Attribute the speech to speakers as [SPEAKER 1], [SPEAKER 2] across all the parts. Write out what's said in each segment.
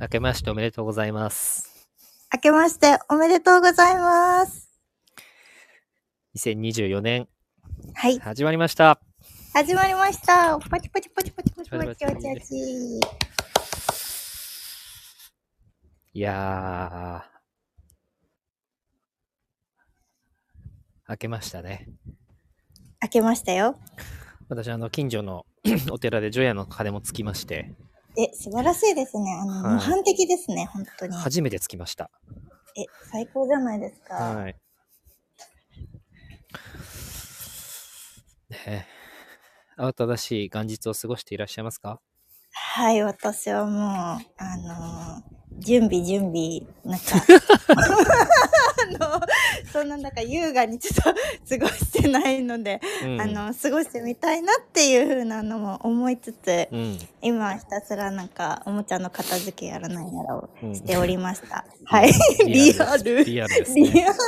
[SPEAKER 1] 明けましておめでとうございます。
[SPEAKER 2] 明けましておめでとうございます。
[SPEAKER 1] 2024年、
[SPEAKER 2] はい、
[SPEAKER 1] 始まりました。
[SPEAKER 2] 始まりました。パチパチパチパチパチパチパチパチパチ。
[SPEAKER 1] いやー、明けましたね。
[SPEAKER 2] 明けましたよ。
[SPEAKER 1] 私、あの、近所の お寺で除夜の鐘もつきまして、
[SPEAKER 2] え、素晴らしいですね。あの、
[SPEAKER 1] はい
[SPEAKER 2] 模範的ですね、本当に。
[SPEAKER 1] 初めてつきました。
[SPEAKER 2] え、最高じゃないですか。
[SPEAKER 1] はい。ねえ慌ただしい元日を過ごしていらっしゃいますか
[SPEAKER 2] はい、私はもう、あのー準備準備、なんか、 あの、そんななんか優雅にちょっと過ごしてないので、
[SPEAKER 1] うん
[SPEAKER 2] あ、の、過ごしてみたいなっていう風なのも思いつつ、
[SPEAKER 1] うん。
[SPEAKER 2] 今はひたすらなんか、おもちゃの片付けやらないやらを
[SPEAKER 1] うん
[SPEAKER 2] しており ました。はい、リアル。リ
[SPEAKER 1] リアルです、ね。
[SPEAKER 2] アル。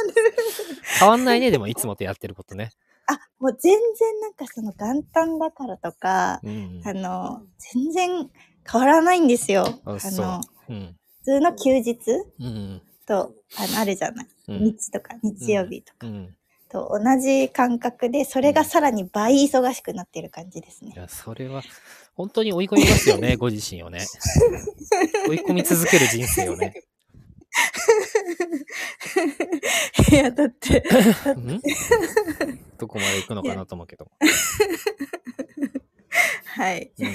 [SPEAKER 1] 変わんないね、でも、いつもとやってることね。
[SPEAKER 2] あ、もう全然なんかその元旦だからとか、
[SPEAKER 1] うん
[SPEAKER 2] あの、全然変わらないんですよ。あ
[SPEAKER 1] あ
[SPEAKER 2] の、
[SPEAKER 1] そううん。
[SPEAKER 2] 普通の休日
[SPEAKER 1] うん。
[SPEAKER 2] とあのあるじゃない
[SPEAKER 1] うん。
[SPEAKER 2] 日とか日曜日と
[SPEAKER 1] う
[SPEAKER 2] か
[SPEAKER 1] ん。
[SPEAKER 2] と同じ感覚でそれがさらに倍忙しくなってる感じです
[SPEAKER 1] い
[SPEAKER 2] ね。
[SPEAKER 1] や、それは、本当に追い込みますよ ね、ご自身をね。追い込み続ける人生をね。
[SPEAKER 2] いやだって
[SPEAKER 1] うんどこまで行くのかなと思うけど。
[SPEAKER 2] はい
[SPEAKER 1] うん、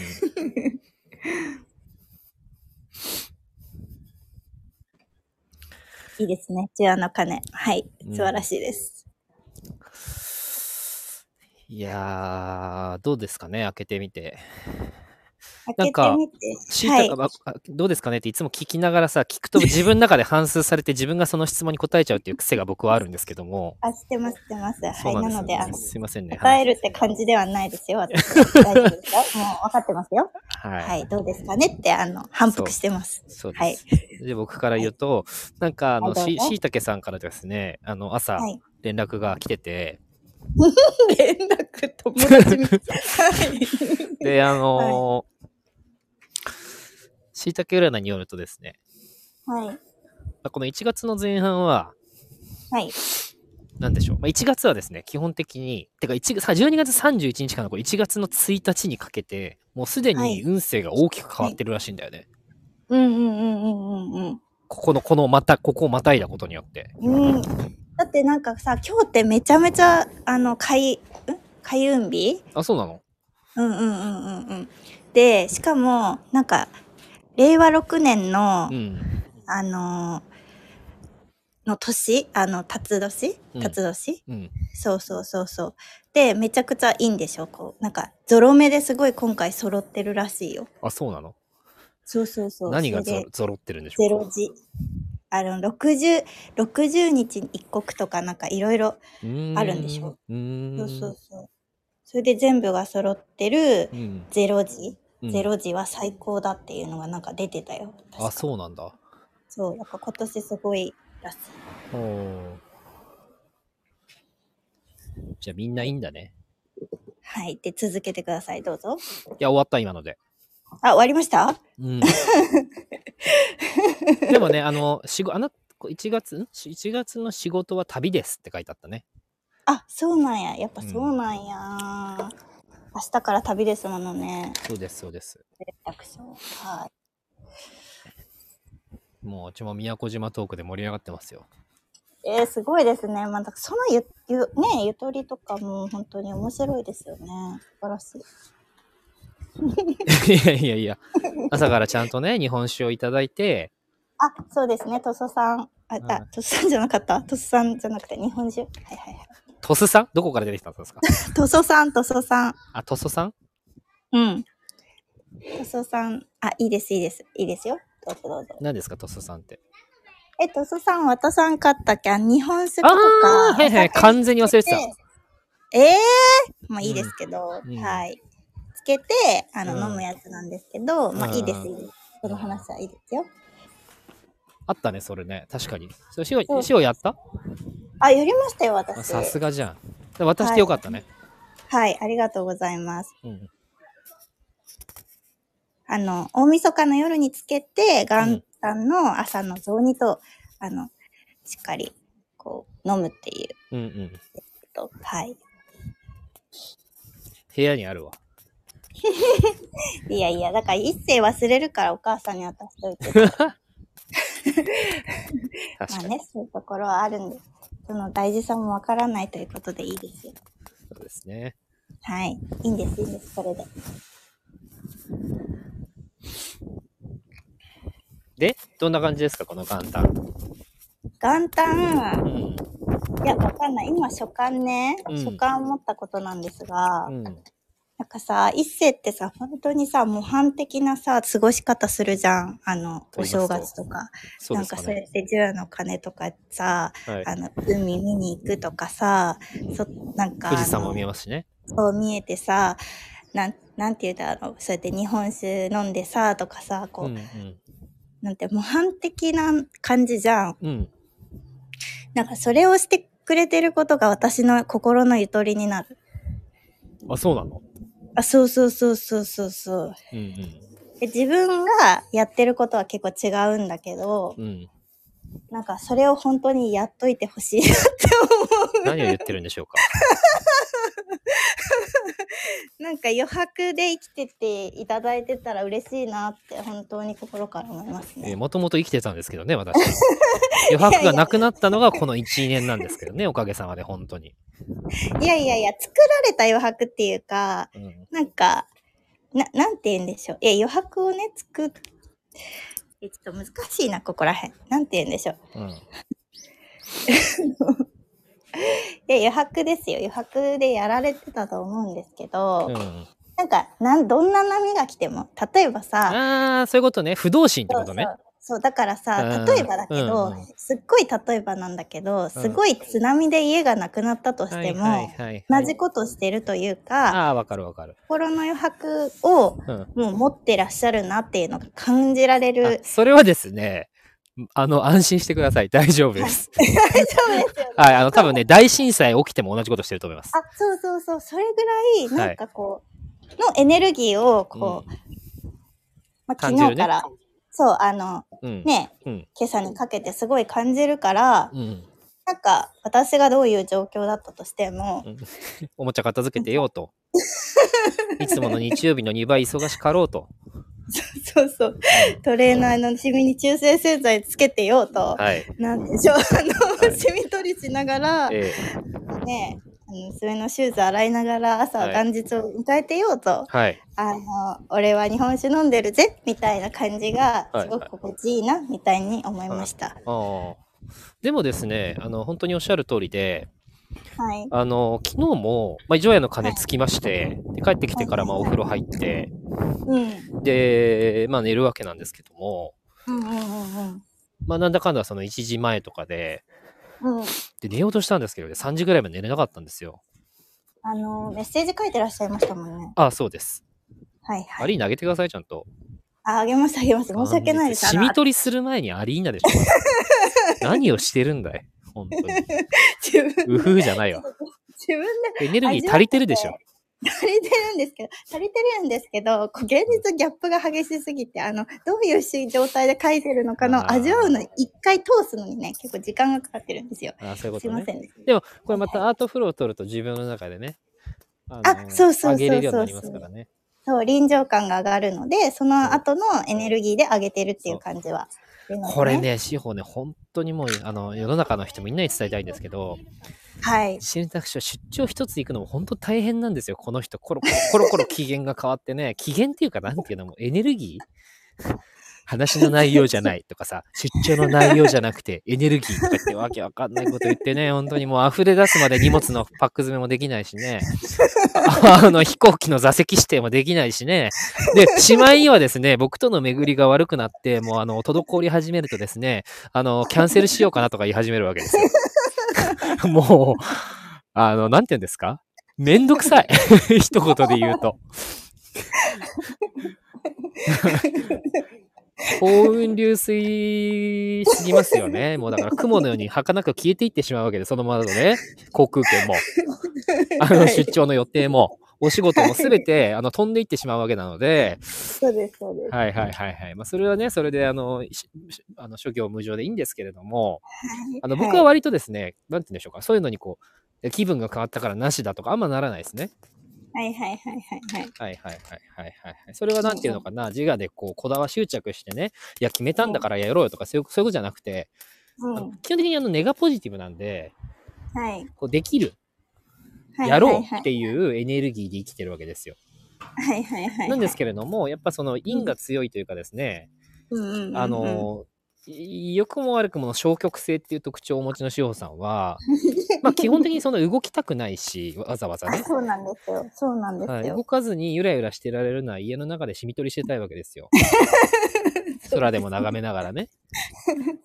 [SPEAKER 2] いいですね中和の鐘はい
[SPEAKER 1] うん
[SPEAKER 2] 素晴らしいです。
[SPEAKER 1] いやー、どうですかね、開けてみて。
[SPEAKER 2] 開けてみて
[SPEAKER 1] し
[SPEAKER 2] はい
[SPEAKER 1] いたか、ああどうですかねっていつも聞きながらさ、聞くと自分の中で反芻されて自分がその質問に答えちゃうっていう癖が僕はあるんですけども。
[SPEAKER 2] あ知ってます知ってますは
[SPEAKER 1] そう
[SPEAKER 2] い
[SPEAKER 1] な
[SPEAKER 2] なん
[SPEAKER 1] ですよ
[SPEAKER 2] のであの
[SPEAKER 1] すいませんね。
[SPEAKER 2] 答えるって感じではないですよ私大丈夫ですよもう分かってますよ
[SPEAKER 1] はい。
[SPEAKER 2] はいどうですかねってあの反復してます
[SPEAKER 1] そうです。
[SPEAKER 2] はい
[SPEAKER 1] で、僕から言うと、なんか、あの、
[SPEAKER 2] はいどう
[SPEAKER 1] し
[SPEAKER 2] ぞ
[SPEAKER 1] しいたけさんからですね、あの、朝、
[SPEAKER 2] はい
[SPEAKER 1] 連絡が来てて、
[SPEAKER 2] 連絡友達みたいはい
[SPEAKER 1] で、あのしいたけ占いによるとですね、
[SPEAKER 2] はい
[SPEAKER 1] まあこの1月の前半は、
[SPEAKER 2] はい
[SPEAKER 1] なんでしょう、まあ、1月はですね、基本的に、てか1月、さ12月31日からこれ1月の1日にかけて、もうすで
[SPEAKER 2] はい
[SPEAKER 1] に運勢が大きく変わってるらしいんだよね。
[SPEAKER 2] うんうんうんうんうんうん
[SPEAKER 1] ここの、この、また、ここをまたいだことによって。
[SPEAKER 2] うん、だってなんかさ今日ってめちゃめちゃあの開ん開運日
[SPEAKER 1] あ、そうなの
[SPEAKER 2] うんうんうんうんうんでしかもなんか令和6年の、
[SPEAKER 1] うん。
[SPEAKER 2] あのーの年あの辰年
[SPEAKER 1] うん
[SPEAKER 2] 辰年、
[SPEAKER 1] うん。
[SPEAKER 2] そうそうそうそうでめちゃくちゃいいんでしょこうなんかゾロ目ですごい今回揃ってるらしいよ
[SPEAKER 1] あ、そうなの
[SPEAKER 2] そうそうそう
[SPEAKER 1] 何が
[SPEAKER 2] それ
[SPEAKER 1] ぞ
[SPEAKER 2] で
[SPEAKER 1] ぞろってるんでしょ
[SPEAKER 2] ゼ
[SPEAKER 1] うか
[SPEAKER 2] ロ時あの60 60日に一刻とかなんかいろいろあるんでしょ
[SPEAKER 1] うーん。
[SPEAKER 2] そうそうそう。それで全部が揃ってる
[SPEAKER 1] うん。
[SPEAKER 2] ゼロ時、
[SPEAKER 1] うん。
[SPEAKER 2] ゼロ時は最高だっていうのがなんか出てたよ。
[SPEAKER 1] あ、
[SPEAKER 2] う。
[SPEAKER 1] そうなんだ。
[SPEAKER 2] そう、やっぱ今年すごいらしい。
[SPEAKER 1] おーじゃあみんないいんだね。
[SPEAKER 2] はい。で、続けてください。どうぞ。
[SPEAKER 1] いや、終わった、今ので。
[SPEAKER 2] あ、終わりました
[SPEAKER 1] うん。でもね、あの、しごあな1月、んし1月の仕事は旅ですって書いてあったね。
[SPEAKER 2] あ、そうなんや。やっぱそうなんや。明日から旅ですものね。
[SPEAKER 1] そうです、そうです。
[SPEAKER 2] 役所。はい。
[SPEAKER 1] もう、うちも宮古島トークで盛り上がってますよ。
[SPEAKER 2] えー、すごいですね。まあ、だからそのゆ、ゆ、ね、ゆとりとかも本当に面白いですよね。素晴らしい。
[SPEAKER 1] いやいやいや、朝からちゃんとね、日本酒をいただいて、
[SPEAKER 2] あ、そうですね、とそさん。あ、
[SPEAKER 1] は
[SPEAKER 2] あ
[SPEAKER 1] い
[SPEAKER 2] とそさんじゃなかった。とそさんじゃなくて、日本酒。はいはいは
[SPEAKER 1] トスさんどこから出てきたんですか
[SPEAKER 2] い。とそさん、とそさん。
[SPEAKER 1] あ、トソさん
[SPEAKER 2] うん。とそさん。あ、いいです、いいです。いいですよ。どうぞどうぞ。
[SPEAKER 1] 何ですか、トソさんって。
[SPEAKER 2] え、とそさん、わたさん買ったっけあ日本酒と
[SPEAKER 1] あ
[SPEAKER 2] か。
[SPEAKER 1] あーはいはい、
[SPEAKER 2] お酒に
[SPEAKER 1] 完全に忘れてた。
[SPEAKER 2] ええー、もういいですけど、
[SPEAKER 1] うんうん
[SPEAKER 2] はい。つけて、あの、
[SPEAKER 1] うん
[SPEAKER 2] 飲むやつなんですけど、ま
[SPEAKER 1] う
[SPEAKER 2] あ
[SPEAKER 1] ん
[SPEAKER 2] いいです、いいです。その話はいいですよ。
[SPEAKER 1] あったね、それね。確かに。それ、しお
[SPEAKER 2] そう
[SPEAKER 1] しおやった
[SPEAKER 2] あ、やりましたよ、
[SPEAKER 1] あ
[SPEAKER 2] 私。
[SPEAKER 1] さすがじゃん。で渡してよかったね。
[SPEAKER 2] はい、ありがとうございます。
[SPEAKER 1] うん。
[SPEAKER 2] あの、大晦日の夜につけて、元旦の朝の雑煮と、あの、しっかり、こう、飲むっていう
[SPEAKER 1] うんうん。
[SPEAKER 2] こと。はい。
[SPEAKER 1] 部屋にあるわ。
[SPEAKER 2] いやいや、だから一世忘れるからお母さんに渡しといて。
[SPEAKER 1] 確
[SPEAKER 2] ま
[SPEAKER 1] か
[SPEAKER 2] あ
[SPEAKER 1] に。
[SPEAKER 2] ね、そういうところはあるんで、その大事さもわからないということでいいですよ。
[SPEAKER 1] そうですね。
[SPEAKER 2] はい。いいんです、いいんです、それで。
[SPEAKER 1] で、どんな感じですか、この元旦。
[SPEAKER 2] 元
[SPEAKER 1] う
[SPEAKER 2] 旦、
[SPEAKER 1] ん。
[SPEAKER 2] いや、わかんない。今、初感ね、
[SPEAKER 1] うん
[SPEAKER 2] 初感思ったことなんですが、
[SPEAKER 1] うん。
[SPEAKER 2] なんかさ、一世ってさ、本当にさ、模範的なさ、過ごし方するじゃん。あの、
[SPEAKER 1] と
[SPEAKER 2] お
[SPEAKER 1] 言いますと
[SPEAKER 2] 正月とか。
[SPEAKER 1] そう
[SPEAKER 2] な
[SPEAKER 1] で
[SPEAKER 2] ん
[SPEAKER 1] す
[SPEAKER 2] か
[SPEAKER 1] か
[SPEAKER 2] そうや
[SPEAKER 1] ね。
[SPEAKER 2] って銃の鐘とかさ、
[SPEAKER 1] はい。
[SPEAKER 2] あの、海見に行くとかさ、そ、なんか、
[SPEAKER 1] 富士山も見え
[SPEAKER 2] あ
[SPEAKER 1] ますしね。
[SPEAKER 2] のそう見えてさ、なん、なんて言うんだろう。そうやって日本酒飲んでさ、とかさ、こ
[SPEAKER 1] う
[SPEAKER 2] う、
[SPEAKER 1] んうん。
[SPEAKER 2] なんて模範的な感じじゃん。
[SPEAKER 1] うん。
[SPEAKER 2] なんかそれをしてくれてることが私の心のゆとりになる。
[SPEAKER 1] あ、そうなの
[SPEAKER 2] あ、そうそうそうそうそうそう。
[SPEAKER 1] うん
[SPEAKER 2] で自分がやってることは結構違うんだけど
[SPEAKER 1] う、ん。うん。
[SPEAKER 2] なんかそれを本当にやっといてほしいなって思う。
[SPEAKER 1] 何を言ってるんでしょうか。
[SPEAKER 2] なんか余白で生きてていただいてたら嬉しいなって本当に心から思います
[SPEAKER 1] え
[SPEAKER 2] ね。
[SPEAKER 1] もともと生きてたんですけどね、 私。余白がなくなったのがこの1年なんですけどね、おかげさまで、本当に。
[SPEAKER 2] いやいやいや、作られた余白っていうか、
[SPEAKER 1] うん。
[SPEAKER 2] なんか、な、なんて言うんでしょう。え、余白をね、作っ、え、ちょっと難しいな、ここら辺。なんて言うんでしょう。
[SPEAKER 1] うん。
[SPEAKER 2] で、余白ですよ。余白でやられてたと思うんですけど、
[SPEAKER 1] うん、
[SPEAKER 2] なんか、なん、どんな波が来ても、例えばさ、
[SPEAKER 1] ああ、そういうことね。不動心って
[SPEAKER 2] そ
[SPEAKER 1] こ
[SPEAKER 2] うそ
[SPEAKER 1] と
[SPEAKER 2] う
[SPEAKER 1] ね。
[SPEAKER 2] そう、だから
[SPEAKER 1] う
[SPEAKER 2] さ
[SPEAKER 1] ん、
[SPEAKER 2] 例えばだけ
[SPEAKER 1] う
[SPEAKER 2] ど
[SPEAKER 1] んうん、
[SPEAKER 2] すっごい例えばなんだけど、すごい津波で家がなくなったとしても、
[SPEAKER 1] はい
[SPEAKER 2] 同じことしてるというか、
[SPEAKER 1] ああ、わかるわかる。
[SPEAKER 2] 心の余白を
[SPEAKER 1] うん。
[SPEAKER 2] もう持ってらっしゃるなっていうのが感じられ
[SPEAKER 1] あ
[SPEAKER 2] る。
[SPEAKER 1] それはですね、あの、安心してください。大丈夫です。
[SPEAKER 2] 大丈夫ですよね。
[SPEAKER 1] はい、あの、多分ね、大震災起きても同じことしてると思います。
[SPEAKER 2] あ、そうそうそう、それぐらい、なんかこう、のエネルギーを、こう、まあ、
[SPEAKER 1] 感じるね
[SPEAKER 2] 昨日から、そう、あの、
[SPEAKER 1] うん。うん。
[SPEAKER 2] ね、
[SPEAKER 1] うん。
[SPEAKER 2] 今朝にかけてすごい感じるから、
[SPEAKER 1] うん。
[SPEAKER 2] なんか、私がどういう状況だったとしても、
[SPEAKER 1] おもちゃ片付けてよう と。いつもの日曜日の2倍忙しかろうと。
[SPEAKER 2] そうそう、トレーナーのシミに中性洗剤つけてようと、
[SPEAKER 1] はい。
[SPEAKER 2] なんでしょう、あ
[SPEAKER 1] は
[SPEAKER 2] の、
[SPEAKER 1] い
[SPEAKER 2] シミ取りしながら、
[SPEAKER 1] ええ
[SPEAKER 2] ね、あの娘のシューズ洗いながら朝
[SPEAKER 1] はい
[SPEAKER 2] 元日を迎えてようと、
[SPEAKER 1] はい。
[SPEAKER 2] あの俺は日本酒飲んでるぜみたいな感じが
[SPEAKER 1] はい
[SPEAKER 2] すごく心地いいなみたいに思いました。
[SPEAKER 1] ああ。でもですね、あの、本当におっしゃる通りで、
[SPEAKER 2] はい。
[SPEAKER 1] あの、昨日も、まあ、除夜の鐘つきまして、で帰ってきてから、まあ、お風呂入って、
[SPEAKER 2] うん。
[SPEAKER 1] で、まあ、寝るわけなんですけども、
[SPEAKER 2] うんうんうん
[SPEAKER 1] まあ、なんだかんだその1時前とかで、
[SPEAKER 2] うん。うん。
[SPEAKER 1] で、寝ようとしたんですけどね、3時ぐらいまで寝れなかったんですよ。
[SPEAKER 2] あのメッセージ書いてらっしゃいましたもんね。
[SPEAKER 1] ああ、そうです。
[SPEAKER 2] はい
[SPEAKER 1] ア
[SPEAKER 2] はい。
[SPEAKER 1] リーナあげてください、ちゃんと。
[SPEAKER 2] ああげますあげます。申し訳ないです。あ
[SPEAKER 1] シ
[SPEAKER 2] の
[SPEAKER 1] み取りする前にアリーナでし ょ。何をしてるんだい本当に。
[SPEAKER 2] 自分
[SPEAKER 1] うふうじゃないわ。
[SPEAKER 2] 自分で
[SPEAKER 1] エネルギー足りてるでしょ。
[SPEAKER 2] 足りてるんですけど、足りてるんですけど、こう現実ギャップが激しすぎて、あの、どういうし状態で書いてるのか
[SPEAKER 1] あ
[SPEAKER 2] の
[SPEAKER 1] ー
[SPEAKER 2] 味わうの一回通すのにね、結構時間がかかってるんですよ。
[SPEAKER 1] ああ、そういうこ
[SPEAKER 2] すい
[SPEAKER 1] と
[SPEAKER 2] ま
[SPEAKER 1] ね
[SPEAKER 2] せ。んね。
[SPEAKER 1] これまたアートフローを取ると自分の中でね。あの
[SPEAKER 2] そうそうそうそうそう
[SPEAKER 1] 上げれるようになりますからね。
[SPEAKER 2] そう、臨場感が上がるので、その後のエネルギーで上げてるっていう感じは。
[SPEAKER 1] これ。ね、司法ね、本当にもう、あの、世の中の人みんなに伝えたいんですけど、
[SPEAKER 2] はい。
[SPEAKER 1] 選択肢は出張一つ行くのも本当大変なんですよ。この人、コロコロ、コロコロ機嫌が変わってね、 機嫌っていうか、なんていうのもうエネルギー 話の内容じゃないとかさ、出張の内容じゃなくてエ ネルギーとかってわけわかんないこと言ってね、本当にもう溢れ出すまで荷物のパック詰めもできないしね、 ああの飛行機の座席指定もできないしね、で、しまいにはですね、僕との巡りが悪くなって、もうあの、滞り始めるとですね、あの、キャンセルしようかなとか言い始めるわけですよ。 もう、あの、なんて言うんですかめんどくさい。 一言で言うと。幸運流水すぎますよね。もうだから雲のように儚く消えていってしまうわけで、そのままだとね、航空券も、あの出張の予定も、お仕事もすべて、あの、飛んでいってしまうわけなので、
[SPEAKER 2] そうです、そうです。
[SPEAKER 1] はいはいはいはい。まあ、それはね、それで、あの、ししあの諸行無常でいいんですけれども、あの、僕は割とですね、なんて言うんでしょうか、そういうのにこう、気分が変わったからなしだとか、あんまならないですね。
[SPEAKER 2] はいはいはいはい
[SPEAKER 1] は
[SPEAKER 2] はい。
[SPEAKER 1] いはいはいはいはいはい。それはなんていうのかな、自我でこう、こだわ執着してね、いや、決めたんだからやろうよとか、そういうそういうことじゃなくて、
[SPEAKER 2] う
[SPEAKER 1] あの
[SPEAKER 2] ん。
[SPEAKER 1] 基本的にあの、ネガポジティブなんで、
[SPEAKER 2] はい。
[SPEAKER 1] こう、できる、
[SPEAKER 2] はい
[SPEAKER 1] やろう
[SPEAKER 2] はい
[SPEAKER 1] っていうエネルギーで生きてるわけですよ。
[SPEAKER 2] はいはいはい。
[SPEAKER 1] なんですけれども、やっぱその、因が強いというかですね、
[SPEAKER 2] うんうんうんうん
[SPEAKER 1] あ、の、い良くも悪くもの消極性っていう特徴をお持ちの志保さんは、まあ基本的にその動きたくないし、わざわざ
[SPEAKER 2] あ
[SPEAKER 1] ね。
[SPEAKER 2] そうなんですよ。そうなんですよ。
[SPEAKER 1] はい動かずにゆらゆらしてられるのは家の中でしみ取りしてたいわけです よ。空でも眺めながらね、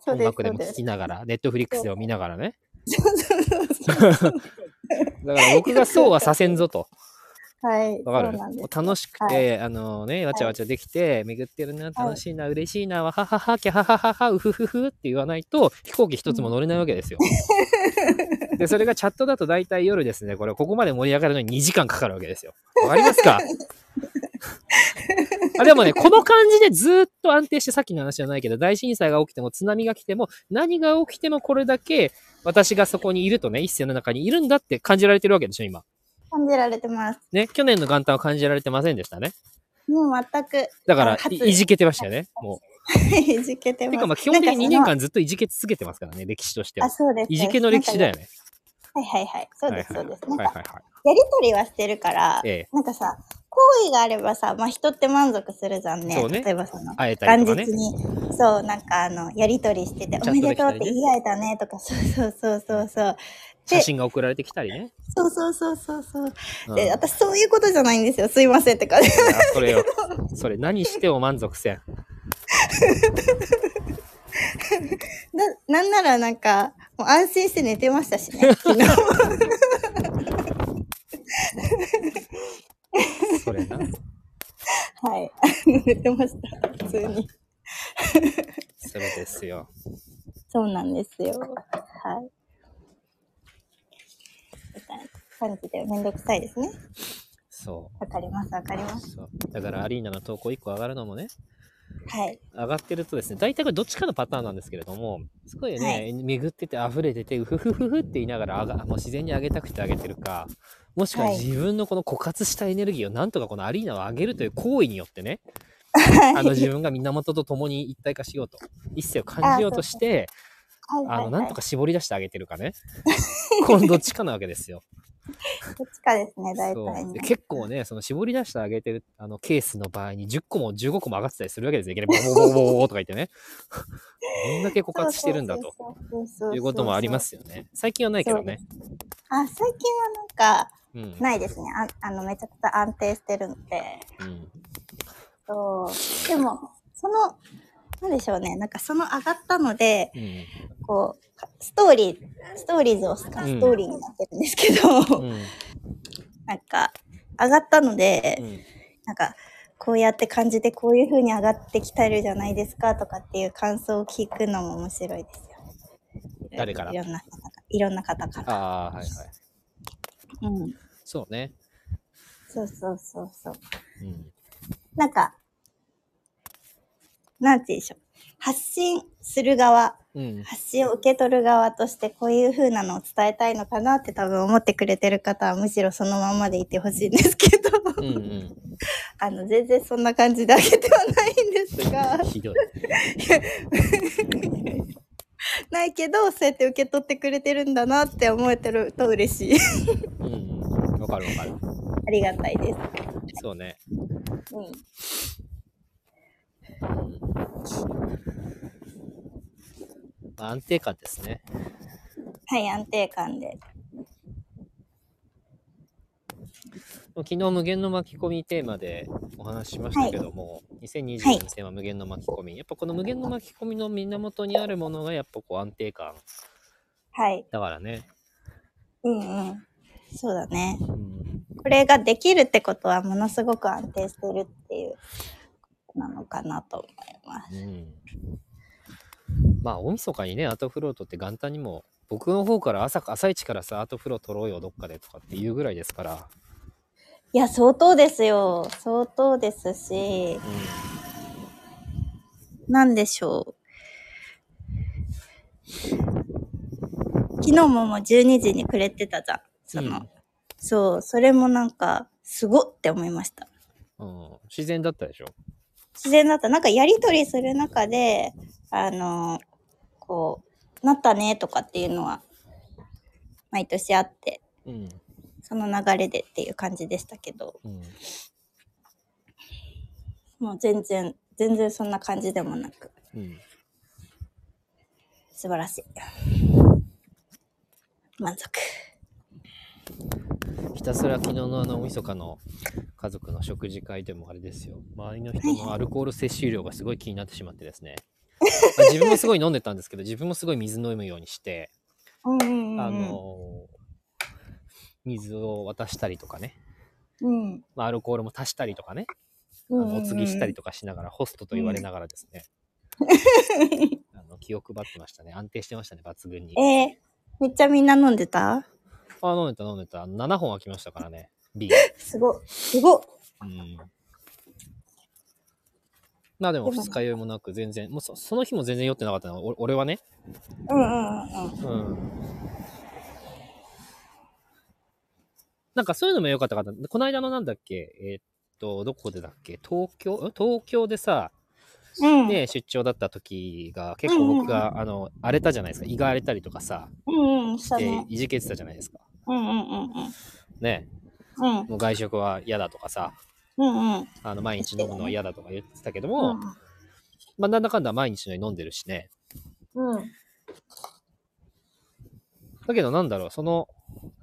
[SPEAKER 2] そ
[SPEAKER 1] 音
[SPEAKER 2] うです
[SPEAKER 1] 楽でも聴きながら、ネットフリックスでも見ながらね。
[SPEAKER 2] そうです
[SPEAKER 1] だ から僕がそうはさせんぞと。
[SPEAKER 2] はい。
[SPEAKER 1] わかる
[SPEAKER 2] そうなんです。
[SPEAKER 1] 楽しくて、
[SPEAKER 2] は
[SPEAKER 1] あのね、わちゃわちゃできて、巡ってるな、楽しいな、嬉しいな、わははは、きゃはははは、うふふふって言わないと、飛行機一つも乗れないわけですよ。で、それがチャットだと大体夜ですね、これ、ここまで盛り上がるのに2時間かかるわけですよ。わかります かあでもね、この感じでずーっと安定して、さっきの話じゃないけど、大震災が起きても、津波が来ても、何が起きてもこれだけ、私がそこにいるとね、一世の中にいるんだって感じられてるわけでしょ、今。
[SPEAKER 2] 感じられてます。
[SPEAKER 1] ね、去年の元旦は感じられてませんでしたね。
[SPEAKER 2] もう全く。
[SPEAKER 1] だから
[SPEAKER 2] あ初
[SPEAKER 1] い、いじけてましたよね。も
[SPEAKER 2] いじけて
[SPEAKER 1] う。
[SPEAKER 2] ます。
[SPEAKER 1] てか、まあ、基本的に2
[SPEAKER 2] な
[SPEAKER 1] 年
[SPEAKER 2] んか
[SPEAKER 1] 間ずっといじけ続けてますからね、歴史として
[SPEAKER 2] その。あ、
[SPEAKER 1] は。
[SPEAKER 2] そうです。
[SPEAKER 1] いじけの歴史だよね。
[SPEAKER 2] はいはいはい。そうです、そ
[SPEAKER 1] は
[SPEAKER 2] う
[SPEAKER 1] い
[SPEAKER 2] です。な
[SPEAKER 1] は
[SPEAKER 2] ん
[SPEAKER 1] い
[SPEAKER 2] か、
[SPEAKER 1] はい
[SPEAKER 2] や
[SPEAKER 1] はいはい。
[SPEAKER 2] りとりはしてるから、
[SPEAKER 1] え
[SPEAKER 2] なんかさ、行為があればさ、まあ人って満足するじゃんね。
[SPEAKER 1] そうね
[SPEAKER 2] 例えばその
[SPEAKER 1] え、。会えた
[SPEAKER 2] 元
[SPEAKER 1] りと
[SPEAKER 2] 日
[SPEAKER 1] かね。
[SPEAKER 2] に、そう、なんかあの、やりとりしてて、
[SPEAKER 1] チ
[SPEAKER 2] お
[SPEAKER 1] ャット
[SPEAKER 2] めで
[SPEAKER 1] でき
[SPEAKER 2] とう
[SPEAKER 1] た
[SPEAKER 2] っ
[SPEAKER 1] りね
[SPEAKER 2] て言い合えたねとか、 そうそうそうそうそう。
[SPEAKER 1] 写真が送られてきたりね。
[SPEAKER 2] そうそうそうそうそう。
[SPEAKER 1] うん
[SPEAKER 2] で、
[SPEAKER 1] いや
[SPEAKER 2] 私そういうことじゃないんですよ。すいませんって感じ。
[SPEAKER 1] それよ。それ、何しても満足せん。
[SPEAKER 2] ななんならなんか、もう安心して寝てましたしね。 昨日
[SPEAKER 1] それな。
[SPEAKER 2] はい。 寝てました。普通に。
[SPEAKER 1] それですよ。
[SPEAKER 2] そうなんですよ。はい。みたいな感じで、めんどくさいですね。
[SPEAKER 1] そ
[SPEAKER 2] わかります、わかりま
[SPEAKER 1] う。
[SPEAKER 2] す。
[SPEAKER 1] そうだから、アリーナの投稿1個上がるのもね、
[SPEAKER 2] はい。
[SPEAKER 1] 上がってるとですね、大体これどっちかのパターンなんですけれども、すごいね、
[SPEAKER 2] はい
[SPEAKER 1] 巡ってて溢れてて、うふふふふって言いながらあが、もう自然に上げたくて上げてるか、もしくは
[SPEAKER 2] はい
[SPEAKER 1] 自分のこの枯渇したエネルギーをなんとかこのアリーナを上げるという行為によってね、
[SPEAKER 2] はい。
[SPEAKER 1] あの自分が源と共に一体化し ようと、一世を感じようとして、
[SPEAKER 2] はい
[SPEAKER 1] あ
[SPEAKER 2] はい
[SPEAKER 1] の、
[SPEAKER 2] は
[SPEAKER 1] ないんとか絞り出してあげてるかね。このどっちかなわけですよ。
[SPEAKER 2] どっちかですね、大
[SPEAKER 1] そ
[SPEAKER 2] 体
[SPEAKER 1] うで
[SPEAKER 2] ね。
[SPEAKER 1] 結構ね、その絞り出してあげてるあのケースの場合に10個も15個も上がってたりするわけですよ。いきなりボーボーボーボーボーとか言ってね。どんだけ枯渇してるんだと。
[SPEAKER 2] そうそうそうそう。
[SPEAKER 1] いうこともありますよね。最近はないけどね。
[SPEAKER 2] あ、最近はなんか、
[SPEAKER 1] うん。
[SPEAKER 2] ないですね。ああの、めちゃくちゃ安定してるんで。
[SPEAKER 1] うん
[SPEAKER 2] そう。でも、その、なんでしょうね。なんかその上がったので、
[SPEAKER 1] うん
[SPEAKER 2] こう、かストーリー、ストーリーズをスカ
[SPEAKER 1] うん
[SPEAKER 2] ストーリーになってるんですけど、
[SPEAKER 1] うん
[SPEAKER 2] なんか、上がったので、
[SPEAKER 1] うん
[SPEAKER 2] なんか、こうやって感じて、こういう風に上がってきてるじゃないですかとかっていう感想を聞くのも面白いですよ。
[SPEAKER 1] 誰から
[SPEAKER 2] いろんな方から。いろんな方から。
[SPEAKER 1] ああ、はいはい。
[SPEAKER 2] うん。
[SPEAKER 1] そうね。
[SPEAKER 2] そうそうそうそう。
[SPEAKER 1] うん。
[SPEAKER 2] なんか、なんて言うんでしょう。発信する側、
[SPEAKER 1] うん。
[SPEAKER 2] 発信を受け取る側として、こういう風なのを伝えたいのかなって多分思ってくれてる方は、むしろそのままでいてほしいんですけど、
[SPEAKER 1] うんうん。
[SPEAKER 2] あの、全然そんな感じであげてはないんですが、
[SPEAKER 1] ひどい。
[SPEAKER 2] ないけど、そうやって受け取ってくれてるんだなって思えてると嬉しい。
[SPEAKER 1] うんうん。わかるわかる。
[SPEAKER 2] ありがたいです。
[SPEAKER 1] そうね。
[SPEAKER 2] うん。
[SPEAKER 1] うんまあ安定感ですね。
[SPEAKER 2] はい、安定感で。
[SPEAKER 1] 昨日無限の巻き込みテーマでお話ししましたけども、2020年のテーマ無限の巻き込み。やっぱこの無限の巻き込みの源にあるものがやっぱこう安定感
[SPEAKER 2] はい。
[SPEAKER 1] だからね。
[SPEAKER 2] うんうん。そうだね。
[SPEAKER 1] うん
[SPEAKER 2] これができるってことはものすごく安定してるっていうことなのかなと思います。
[SPEAKER 1] うんまあ大晦日にねアートフロートって元旦にも僕の方から朝か朝一からさアートフロー取ろうよどっかでとかって言うぐらいですから
[SPEAKER 2] いや、相当ですよ。相当ですし、なんでしょう。昨日ももう12時にくれてたじゃん。その、
[SPEAKER 1] うん
[SPEAKER 2] そう、それもなんか、すごって思いました。
[SPEAKER 1] うん。うん。自然だったでしょ。
[SPEAKER 2] 自然だった。なんかやりとりする中で、あの、こう、なったねとかっていうのは、毎年あって、
[SPEAKER 1] うん。
[SPEAKER 2] その流れでっていう感じでしたけど、
[SPEAKER 1] うん。
[SPEAKER 2] もう全然、全然そんな感じでもなく、
[SPEAKER 1] うん。
[SPEAKER 2] 素晴らしい。満足。
[SPEAKER 1] ひたすら昨日のあの大晦日の家族の食事会でもあれですよ周りの人 のアルコール摂取量がすごい気になってしまって ですねまあ自分もすごい飲んでたんですけど自分もすごい水飲むようにして、
[SPEAKER 2] うんうんうん。
[SPEAKER 1] あのー水を渡したりとかね、
[SPEAKER 2] うん、
[SPEAKER 1] まあ、アルコールも足したりとかねあ
[SPEAKER 2] うんうん
[SPEAKER 1] の
[SPEAKER 2] うん
[SPEAKER 1] お継ぎしたりとかしながらホストと言われながらですねあの気を配ってましたね安定してましたね抜群に
[SPEAKER 2] えー、めっちゃみんな飲んでた
[SPEAKER 1] あ飲んでた飲んでた7本開きましたからね B
[SPEAKER 2] すごっ。すごっ。
[SPEAKER 1] うんまあでも
[SPEAKER 2] でも
[SPEAKER 1] 二日酔いもなく全然もうそその日も全然酔ってなかったのお俺はね、
[SPEAKER 2] うんうんうんうん。
[SPEAKER 1] うん、なんかそういうのも良かったかなこの間のなんだっけえーっとどこでだっけ東京ん東京でさ、
[SPEAKER 2] うん。
[SPEAKER 1] ね、出張だった時が結構僕が、あの荒れたじゃないですか胃が荒れたりとかさ、
[SPEAKER 2] うんうん、した
[SPEAKER 1] で
[SPEAKER 2] ね。
[SPEAKER 1] いじけてたじゃないですか
[SPEAKER 2] うんうんうんうん。
[SPEAKER 1] ね
[SPEAKER 2] うん
[SPEAKER 1] もう外食は嫌だとかさ
[SPEAKER 2] うんうん。
[SPEAKER 1] あの毎日飲むのは嫌だとか言ってたけど
[SPEAKER 2] う
[SPEAKER 1] も、
[SPEAKER 2] ん
[SPEAKER 1] まあ、なんだかんだ毎日のように飲んでるしね。
[SPEAKER 2] うん。
[SPEAKER 1] だけど、なんだろう、その、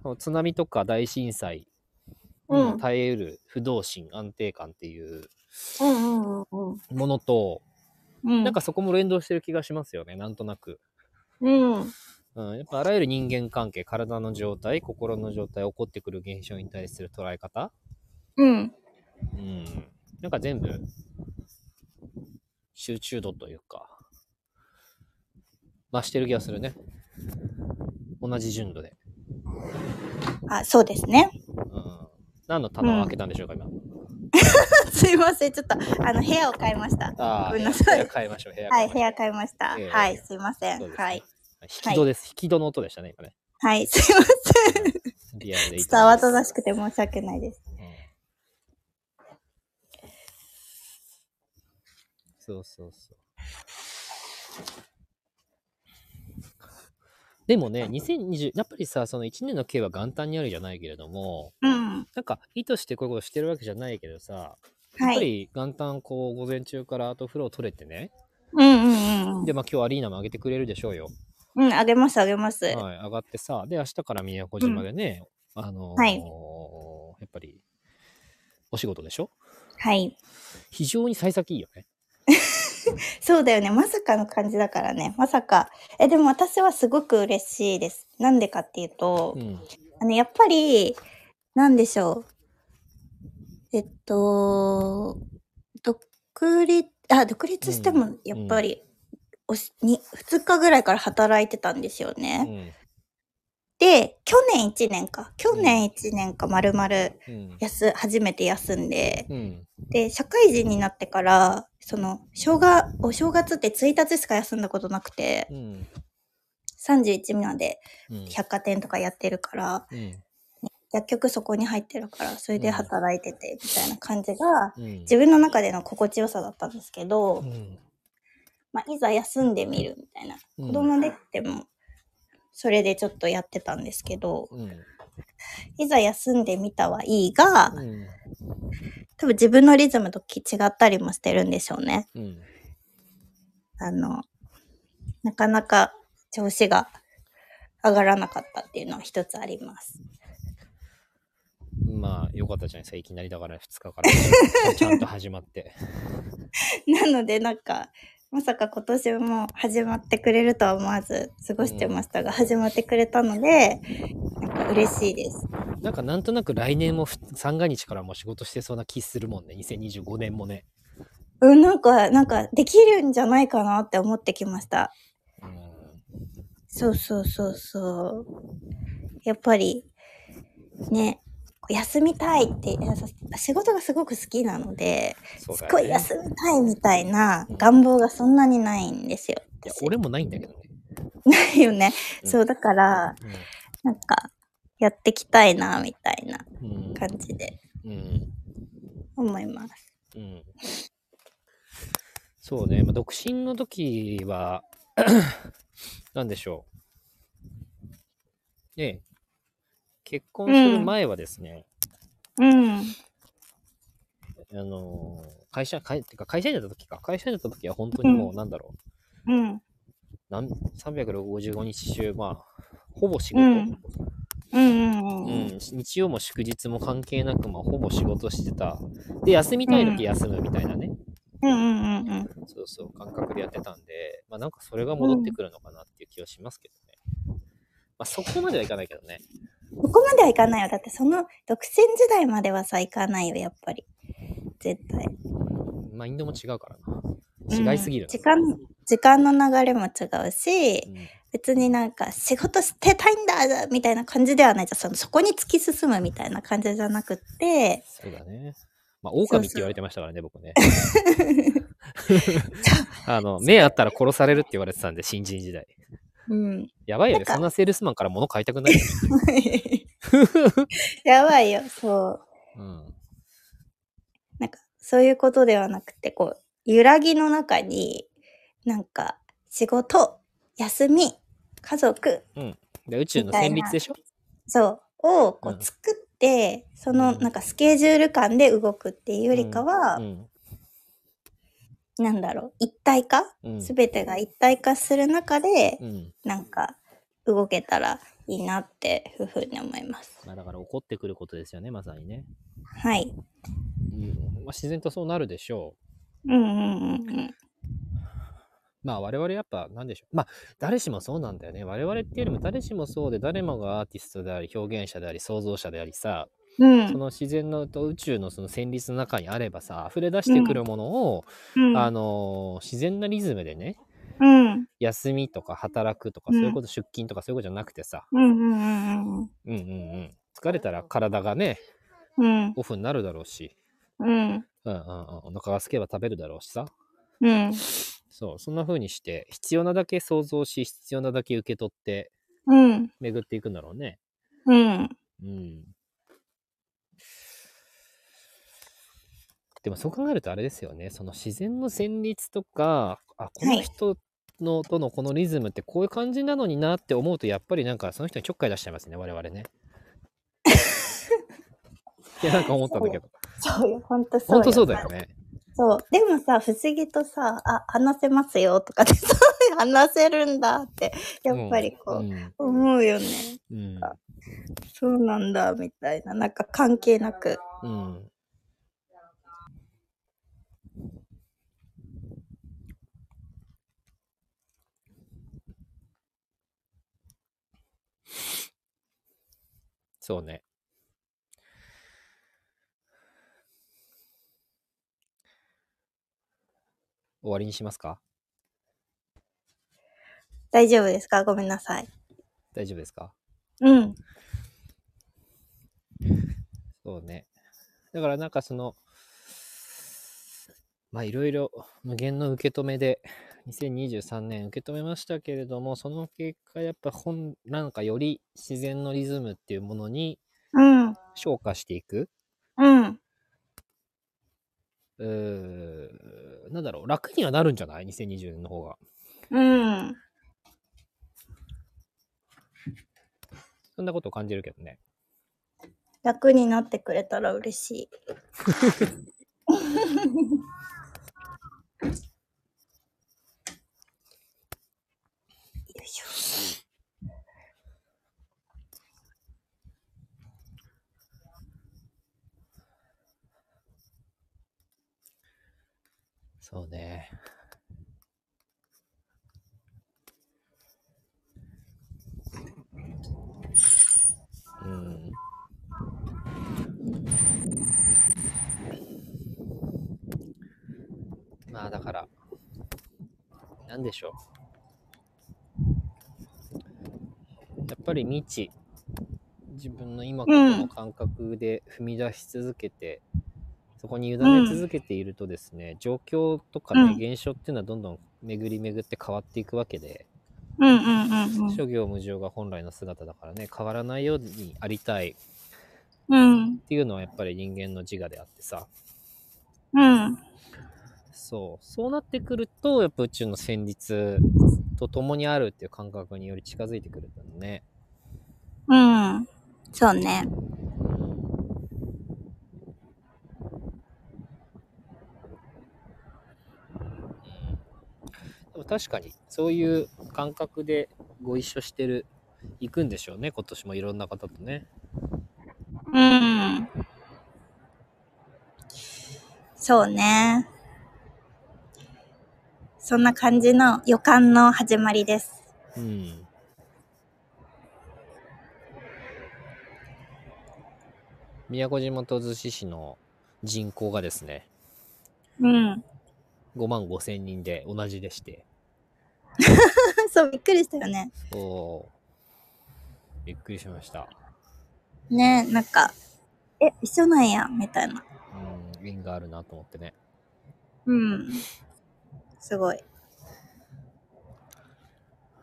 [SPEAKER 1] その津波とか大震災に
[SPEAKER 2] うん
[SPEAKER 1] も耐えうる不動心、安定感っていう
[SPEAKER 2] うんうんうん
[SPEAKER 1] ものと、
[SPEAKER 2] うん。
[SPEAKER 1] なんかそこも連動してる気がしますよね、なんとなく。
[SPEAKER 2] うん。
[SPEAKER 1] うん、やっぱあらゆる人間関係、体の状態、心の状態、起こってくる現象に対する捉え方、
[SPEAKER 2] うん。
[SPEAKER 1] うん、なんか全部、集中度というか、増してる気がするね。同じ純度で。
[SPEAKER 2] あ、そうですね。
[SPEAKER 1] うん何の棚を開けたんでしょうか、今。
[SPEAKER 2] すいません。ちょっと、あの、部屋を買いました。
[SPEAKER 1] ああ、
[SPEAKER 2] ごめんな
[SPEAKER 1] 部
[SPEAKER 2] さい
[SPEAKER 1] 屋。変えましょう、部屋
[SPEAKER 2] は
[SPEAKER 1] 変えまし
[SPEAKER 2] い、
[SPEAKER 1] ょう。
[SPEAKER 2] 部屋買いました。
[SPEAKER 1] ええ
[SPEAKER 2] はい、すいませ。
[SPEAKER 1] そうんですね
[SPEAKER 2] はい。。
[SPEAKER 1] 引き戸です。引き戸の音でしたね、今ね。
[SPEAKER 2] はい、すいません。
[SPEAKER 1] リアルでいいと思い
[SPEAKER 2] 伝わ
[SPEAKER 1] ます
[SPEAKER 2] たらしくて申し訳ないです。
[SPEAKER 1] うんそうそうそう。でもね、2020、やっぱりさ、その1年の計は元旦にあるじゃないけれども、
[SPEAKER 2] うん。
[SPEAKER 1] なんか意図してこういうことしてるわけじゃないけどさ、やっぱ
[SPEAKER 2] はい。
[SPEAKER 1] り元旦こう午前中からアートフロー取れてね、
[SPEAKER 2] うんうんうん。
[SPEAKER 1] で、まあ今日アリーナも上げてくれるでしょうよ。
[SPEAKER 2] うん、あげます、あげます。
[SPEAKER 1] はい、上がってさ、で、明日から宮古島でね、あのー
[SPEAKER 2] はい
[SPEAKER 1] やっぱり、お仕事でしょ
[SPEAKER 2] はい。
[SPEAKER 1] 非常に幸先いいよね。
[SPEAKER 2] そうだよね。まさかの感じだからね。まさか。え、でも私はすごく嬉しいです。なんでかっていうと
[SPEAKER 1] う、ん。
[SPEAKER 2] あの、やっぱり、なんでしょう。えっと、独立、あ、独立しても、やっぱり、おしに2日ぐらいから働いてたんですよね。
[SPEAKER 1] うん。
[SPEAKER 2] で、去年1年か。去年1年か、まるまる、
[SPEAKER 1] うん。
[SPEAKER 2] 休、初めて休んで。
[SPEAKER 1] うん。
[SPEAKER 2] で、社会人になってから、その、正月、お正月って1日しか休んだことなくて、
[SPEAKER 1] うん。
[SPEAKER 2] 31まで
[SPEAKER 1] うん。
[SPEAKER 2] 百貨店とかやってるから、
[SPEAKER 1] うん。
[SPEAKER 2] 薬局そこに入ってるから、それで働いてて、みたいな感じが、
[SPEAKER 1] うん。
[SPEAKER 2] 自分の中での心地よさだったんですけど、
[SPEAKER 1] うん
[SPEAKER 2] まあ、いざ休んでみるみたいな。
[SPEAKER 1] うん
[SPEAKER 2] 子供できても、それでちょっとやってたんですけど、
[SPEAKER 1] うん。
[SPEAKER 2] いざ休んでみたはいいが、
[SPEAKER 1] うん。
[SPEAKER 2] 多分自分のリズムとき違ったりもしてるんでしょうね。
[SPEAKER 1] うん。
[SPEAKER 2] あの、なかなか調子が上がらなかったっていうのは一つあります。
[SPEAKER 1] まあ、よかったじゃないですか。いきなりだから2日から。ちゃんと始まって。
[SPEAKER 2] なのでなんか、まさか今年も始まってくれるとは思わず過ごしてましたが、始まってくれたので、なんか嬉しいです。
[SPEAKER 1] なんかなんとなく来年もふ三が日からも仕事してそうな気するもんね。2025年もね。
[SPEAKER 2] うん、なんか、なんかできるんじゃないかなって思ってきました。
[SPEAKER 1] うん。
[SPEAKER 2] そうそうそうそう。やっぱり、ね、休みたいって、いやさ仕事がすごく好きなので、
[SPEAKER 1] そう
[SPEAKER 2] す
[SPEAKER 1] だ
[SPEAKER 2] っ
[SPEAKER 1] よ
[SPEAKER 2] ごい
[SPEAKER 1] ね
[SPEAKER 2] 休みたいみたいな願望がそんなにないんですよ。
[SPEAKER 1] いや
[SPEAKER 2] 私
[SPEAKER 1] 俺もないんだけどね。
[SPEAKER 2] ないよね。
[SPEAKER 1] うん
[SPEAKER 2] そう、だから、なんか、やってきたいな、みたいな
[SPEAKER 1] うん。うん
[SPEAKER 2] 感じで
[SPEAKER 1] うん。
[SPEAKER 2] 思います。
[SPEAKER 1] うん。そうね。まあ、独身の時は、 なんでしょう。ねえ結婚する前はですね、
[SPEAKER 2] うん。
[SPEAKER 1] あのー会社、会、てか会社員だった時か。会社員だった時は本当にもう、なんだろう。
[SPEAKER 2] うん。
[SPEAKER 1] なん365日中、まあ、ほぼ仕事。
[SPEAKER 2] うんうんうんう。
[SPEAKER 1] うんん、日曜も祝日も関係なく、まあ、ほぼ仕事してた。で、休みたい時休むみたいなね、
[SPEAKER 2] うんうんうんうん。
[SPEAKER 1] そうそう、感覚でやってたんで、まあ、なんかそれが戻ってくるのかなっていう気はしますけどね。まあ、そこまではいかないけどね。
[SPEAKER 2] ここまではいかないよ。だってその独身時代まではさ、いかないよ、やっぱり。絶対。
[SPEAKER 1] マインドも違うからな。違いすぎる
[SPEAKER 2] うん
[SPEAKER 1] な、
[SPEAKER 2] 時間、時間の流れも違うし、
[SPEAKER 1] うん
[SPEAKER 2] 別になんか仕事してたいんだみたいな感じではないじゃん。そのそこに突き進むみたいな感じじゃなくって、
[SPEAKER 1] そうだね。まあ、狼って言われてましたからね、僕ね。 あの、目あったら殺されるって言われてたんで、新人時代。
[SPEAKER 2] うん。
[SPEAKER 1] やばいよね。
[SPEAKER 2] なんか
[SPEAKER 1] そんなセールスマンから物買いたくないよね。
[SPEAKER 2] やばいよ、そう。
[SPEAKER 1] うん。
[SPEAKER 2] なんか、そういうことではなくて、こう、揺らぎの中に、なんか、仕事、休み、家族、
[SPEAKER 1] で、宇宙の旋律でしょ
[SPEAKER 2] そう、をこ
[SPEAKER 1] うん
[SPEAKER 2] う作って、そうの、
[SPEAKER 1] ん
[SPEAKER 2] なんかスケジュール感で動くっていうよりかは、
[SPEAKER 1] うん。
[SPEAKER 2] なんだろう、一体化
[SPEAKER 1] うん
[SPEAKER 2] すべてが一体化する中で、
[SPEAKER 1] うん
[SPEAKER 2] なんか、動けたらいいなって、ふうふうに思います。
[SPEAKER 1] まあ、だから怒ってくることですよね、まさにね。
[SPEAKER 2] はい。
[SPEAKER 1] うんまあ、自然とそうなるでしょ
[SPEAKER 2] うんうんうんうん。
[SPEAKER 1] う。まあ我々やっぱ何でしょう。まあ誰しもそうなんだよね。我々っていうよりも誰しもそうで誰もがアーティストであり表現者であり創造者でありさ、
[SPEAKER 2] うん。
[SPEAKER 1] その自然のと宇宙のその旋律の中にあればさ、溢れ出してくるものを、
[SPEAKER 2] うん
[SPEAKER 1] あのー自然なリズムでね、
[SPEAKER 2] うん。
[SPEAKER 1] 休みとか働くとか
[SPEAKER 2] うん
[SPEAKER 1] そういうこと、出勤とかそういうことじゃなくてさ、
[SPEAKER 2] うんうんうん
[SPEAKER 1] う
[SPEAKER 2] うん
[SPEAKER 1] んうんうん。疲れたら体がね、
[SPEAKER 2] うん。
[SPEAKER 1] オフになるだろうし、
[SPEAKER 2] うん。
[SPEAKER 1] うんうんうん、お腹が空けば食べるだろうしさ、
[SPEAKER 2] うん。
[SPEAKER 1] そう、そんな風にして、必要なだけ想像し、必要なだけ受け取って、
[SPEAKER 2] うん。
[SPEAKER 1] 巡っていくんだろうね。
[SPEAKER 2] うん。
[SPEAKER 1] うん。でもそう考えるとあれですよね。その自然の旋律とか、あ、この人の、とのこのリズムってこういう感じなのになって思うと、やっぱりなんかその人にちょっかい出しちゃいますね、我々 ね。いや、なんか思ったんだけど。
[SPEAKER 2] そうよ、ほんとそう
[SPEAKER 1] 本
[SPEAKER 2] よ。
[SPEAKER 1] 当そうだよね。
[SPEAKER 2] そう。でもさ、不思議とさ、あ、話せますよとかでさ、話せるんだって、やっぱりこ
[SPEAKER 1] うん。
[SPEAKER 2] う、思うよね。
[SPEAKER 1] うん。
[SPEAKER 2] そうなんだ、みたいな。なんか関係なく。
[SPEAKER 1] うん。そうね。終わりにしますか
[SPEAKER 2] 大丈夫ですかごめんなさい。
[SPEAKER 1] 大丈夫ですか
[SPEAKER 2] うん。
[SPEAKER 1] そうね。だからなんかその、まあいろいろ無限の受け止めで、2023年受け止めましたけれども、その結果やっぱ本、なんかより自然のリズムっていうものに
[SPEAKER 2] うん。
[SPEAKER 1] 昇華していく、
[SPEAKER 2] うん。
[SPEAKER 1] うーなんだろう、楽にはなるんじゃない ?2020 年の方が。
[SPEAKER 2] うん。
[SPEAKER 1] そんなことを感じるけどね。
[SPEAKER 2] 楽になってくれたら嬉しい。よいしょ。
[SPEAKER 1] そうね。うん。まあだから、なんでしょう。やっぱり未知自分の今からの感覚で踏み出し続けて、そこに委ね続けているとですね、状況とかね、現象っていうのはどんどん巡り巡って変わっていくわけで、
[SPEAKER 2] うんうんうん
[SPEAKER 1] 諸行無常が本来の姿だからね、変わらないようにありたいっ
[SPEAKER 2] うん。
[SPEAKER 1] ていうのはやっぱり人間の自我であってさ、
[SPEAKER 2] うん。うん。
[SPEAKER 1] そう、そうなってくると、やっぱ宇宙の旋律と共にあるっていう感覚により近づいてくるんだね。
[SPEAKER 2] うん。そうね。
[SPEAKER 1] でも確かにそういう感覚でご一緒してる行くんでしょうね今年もいろんな方とね
[SPEAKER 2] うん。そうね。そんな感じの予感の始まりです。
[SPEAKER 1] うん宮古島と逗子市の人口がですね
[SPEAKER 2] うん。
[SPEAKER 1] 5万5千人で同じでして
[SPEAKER 2] そう、びっくりしたよね。
[SPEAKER 1] おおーびっくりしました
[SPEAKER 2] ねなんか、え、一緒なんや、みたいな。
[SPEAKER 1] うん縁があるなと思ってね
[SPEAKER 2] うん。すごい。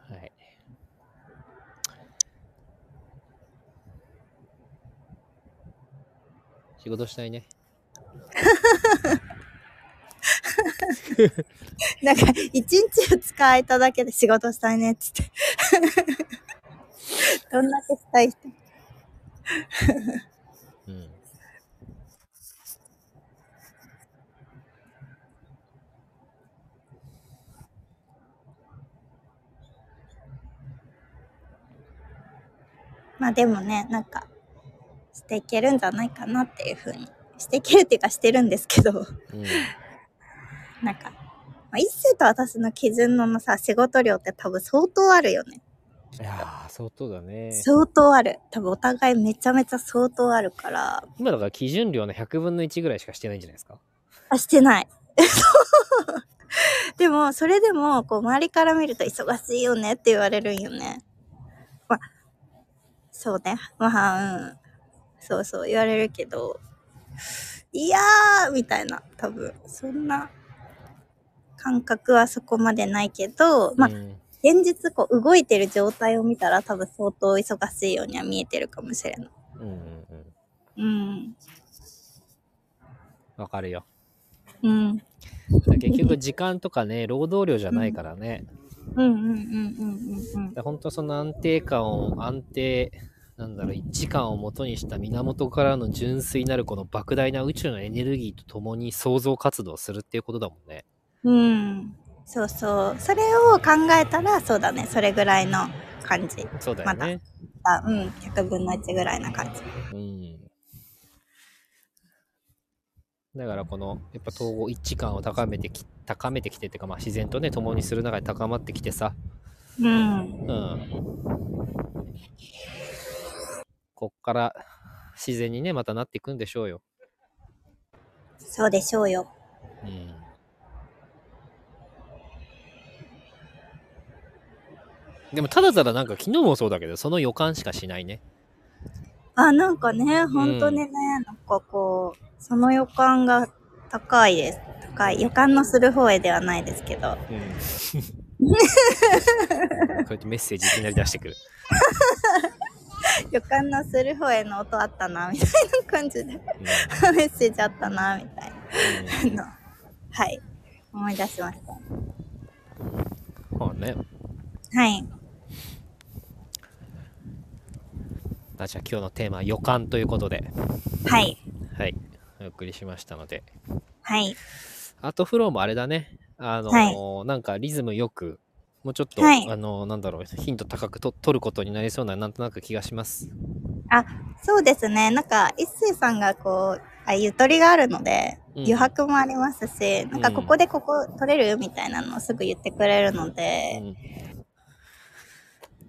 [SPEAKER 1] はい。仕事したいね。
[SPEAKER 2] なんか、一日二日空いただけで仕事したいね、っつって。 どんだけしたい人。
[SPEAKER 1] うん。
[SPEAKER 2] まあでもね、なんか、していけるんじゃないかなっていうふうに。していけるっていうかしてるんですけど、
[SPEAKER 1] うん。
[SPEAKER 2] なんか、まあ、一世と私の基準のさ、仕事量って多分相当あるよね。
[SPEAKER 1] いやー、相当だね。
[SPEAKER 2] 相当ある。多分お互いめちゃめちゃ相当あるから、
[SPEAKER 1] 今だから基準量の100分の1ぐらいしかしてないんじゃないですか。
[SPEAKER 2] あ、してない。 でも、それでも、こう、周りから見ると忙しいよねって言われるんよね。まあ、そうね。まあ、うん。そうそう、言われるけど、いやーみたいな、多分。そんな感覚はそこまでないけど、まあ
[SPEAKER 1] う、ん、
[SPEAKER 2] 現実、こう、動いてる状態を見たら、多分相当忙しいようには見えてるかもしれない。
[SPEAKER 1] うんうんうん。
[SPEAKER 2] うん。
[SPEAKER 1] わかるよ。
[SPEAKER 2] うん。
[SPEAKER 1] だから結局時間とかね、労働量じゃないからね。
[SPEAKER 2] うんうんうんうんうんうん
[SPEAKER 1] だ。から本当その安定感を、安定、なんだろう、一時間を元にした源からの純粋なるこの莫大な宇宙のエネルギーとともに創造活動をするっていうことだもんね。
[SPEAKER 2] うん、そうそう。それを考えたら、そうだね。それぐらいの感じ。
[SPEAKER 1] そうだよね。
[SPEAKER 2] あうん、100分の1ぐらいな感じ。
[SPEAKER 1] うん。だからこのやっぱ統合一致感を高めてき高めてきてっていうか、まあ、自然とね共にする中で高まってきてさ、
[SPEAKER 2] うん
[SPEAKER 1] う、ん、こっから自然にねまたなっていくんでしょうよ。
[SPEAKER 2] そうでしょうよ。
[SPEAKER 1] うん、でもただただなんか昨日もそうだけどその予感しかしないね。
[SPEAKER 2] あ、なんかね、ほんとにね、なんかこう、その予感が高いです。高い。予感のする方へではないですけど。
[SPEAKER 1] うんこうやってメッセージいきなり出してくる。
[SPEAKER 2] 予感のする方への音あったな、みたいな感じで。
[SPEAKER 1] うん
[SPEAKER 2] メッセージあったな、みたい
[SPEAKER 1] うん
[SPEAKER 2] な。あのはい。思い出しました。
[SPEAKER 1] まあね。
[SPEAKER 2] はい。
[SPEAKER 1] あじゃあ今日のテーマは予感ということで、
[SPEAKER 2] はい。
[SPEAKER 1] はい。お送りしましたので。
[SPEAKER 2] はい。
[SPEAKER 1] あとフローもあれだね。あのーなんかリズムよく、もうちょっと、
[SPEAKER 2] はい
[SPEAKER 1] あのーなんだろう、ヒント高くと取ることになりそうな、なんとなく気がします。
[SPEAKER 2] そうですね。なんか、一星さんがこう、あゆとりがあるので、
[SPEAKER 1] うん
[SPEAKER 2] 余白もありますし、なんか
[SPEAKER 1] うん
[SPEAKER 2] ここでここ取れるみたいなのをすぐ言ってくれるので、
[SPEAKER 1] うん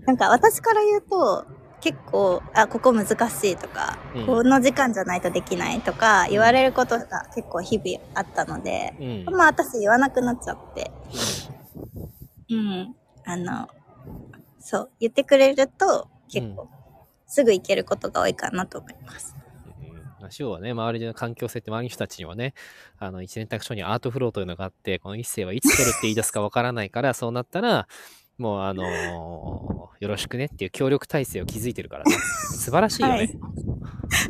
[SPEAKER 2] なんか私から言うと、結構、あ、ここ難しいとか、
[SPEAKER 1] うん
[SPEAKER 2] この時間じゃないとできないとか言われることが結構日々あったので、
[SPEAKER 1] うん。
[SPEAKER 2] まあ私言わなくなっちゃって、うん、あの、そう、言ってくれると結構すぐ行けることが多いかなと思います。
[SPEAKER 1] まあ塩はね、周りの環境性って周りの人たちにはね、あの、一選択肢にアートフローというのがあって、この一世はいつ取るって言い出すかわからないから、 そうなったら、もうあのーよろしくねっていう協力体制を築いてるからね、素晴らしいよね。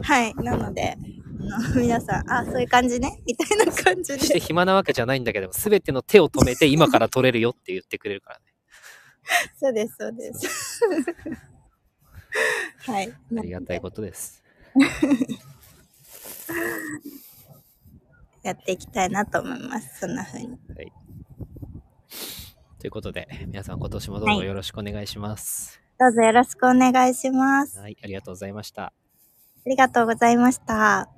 [SPEAKER 2] はいはい。なので、 あの皆さん、あ、そういう感じねみ たいな感じ
[SPEAKER 1] して
[SPEAKER 2] で。
[SPEAKER 1] 暇なわけじゃないんだけども、すべての手を止めて今から取れるよって言ってくれる からね。
[SPEAKER 2] そうです、そうです。 はい。
[SPEAKER 1] ありがたいことです。
[SPEAKER 2] やっていきたいなと思います。そんな風に。
[SPEAKER 1] ということで、皆さん今年もどうぞよろしくお願いします。
[SPEAKER 2] どうぞよろしくお願いします。
[SPEAKER 1] は
[SPEAKER 2] あ
[SPEAKER 1] い、ありがとうございました。
[SPEAKER 2] りがとうございました。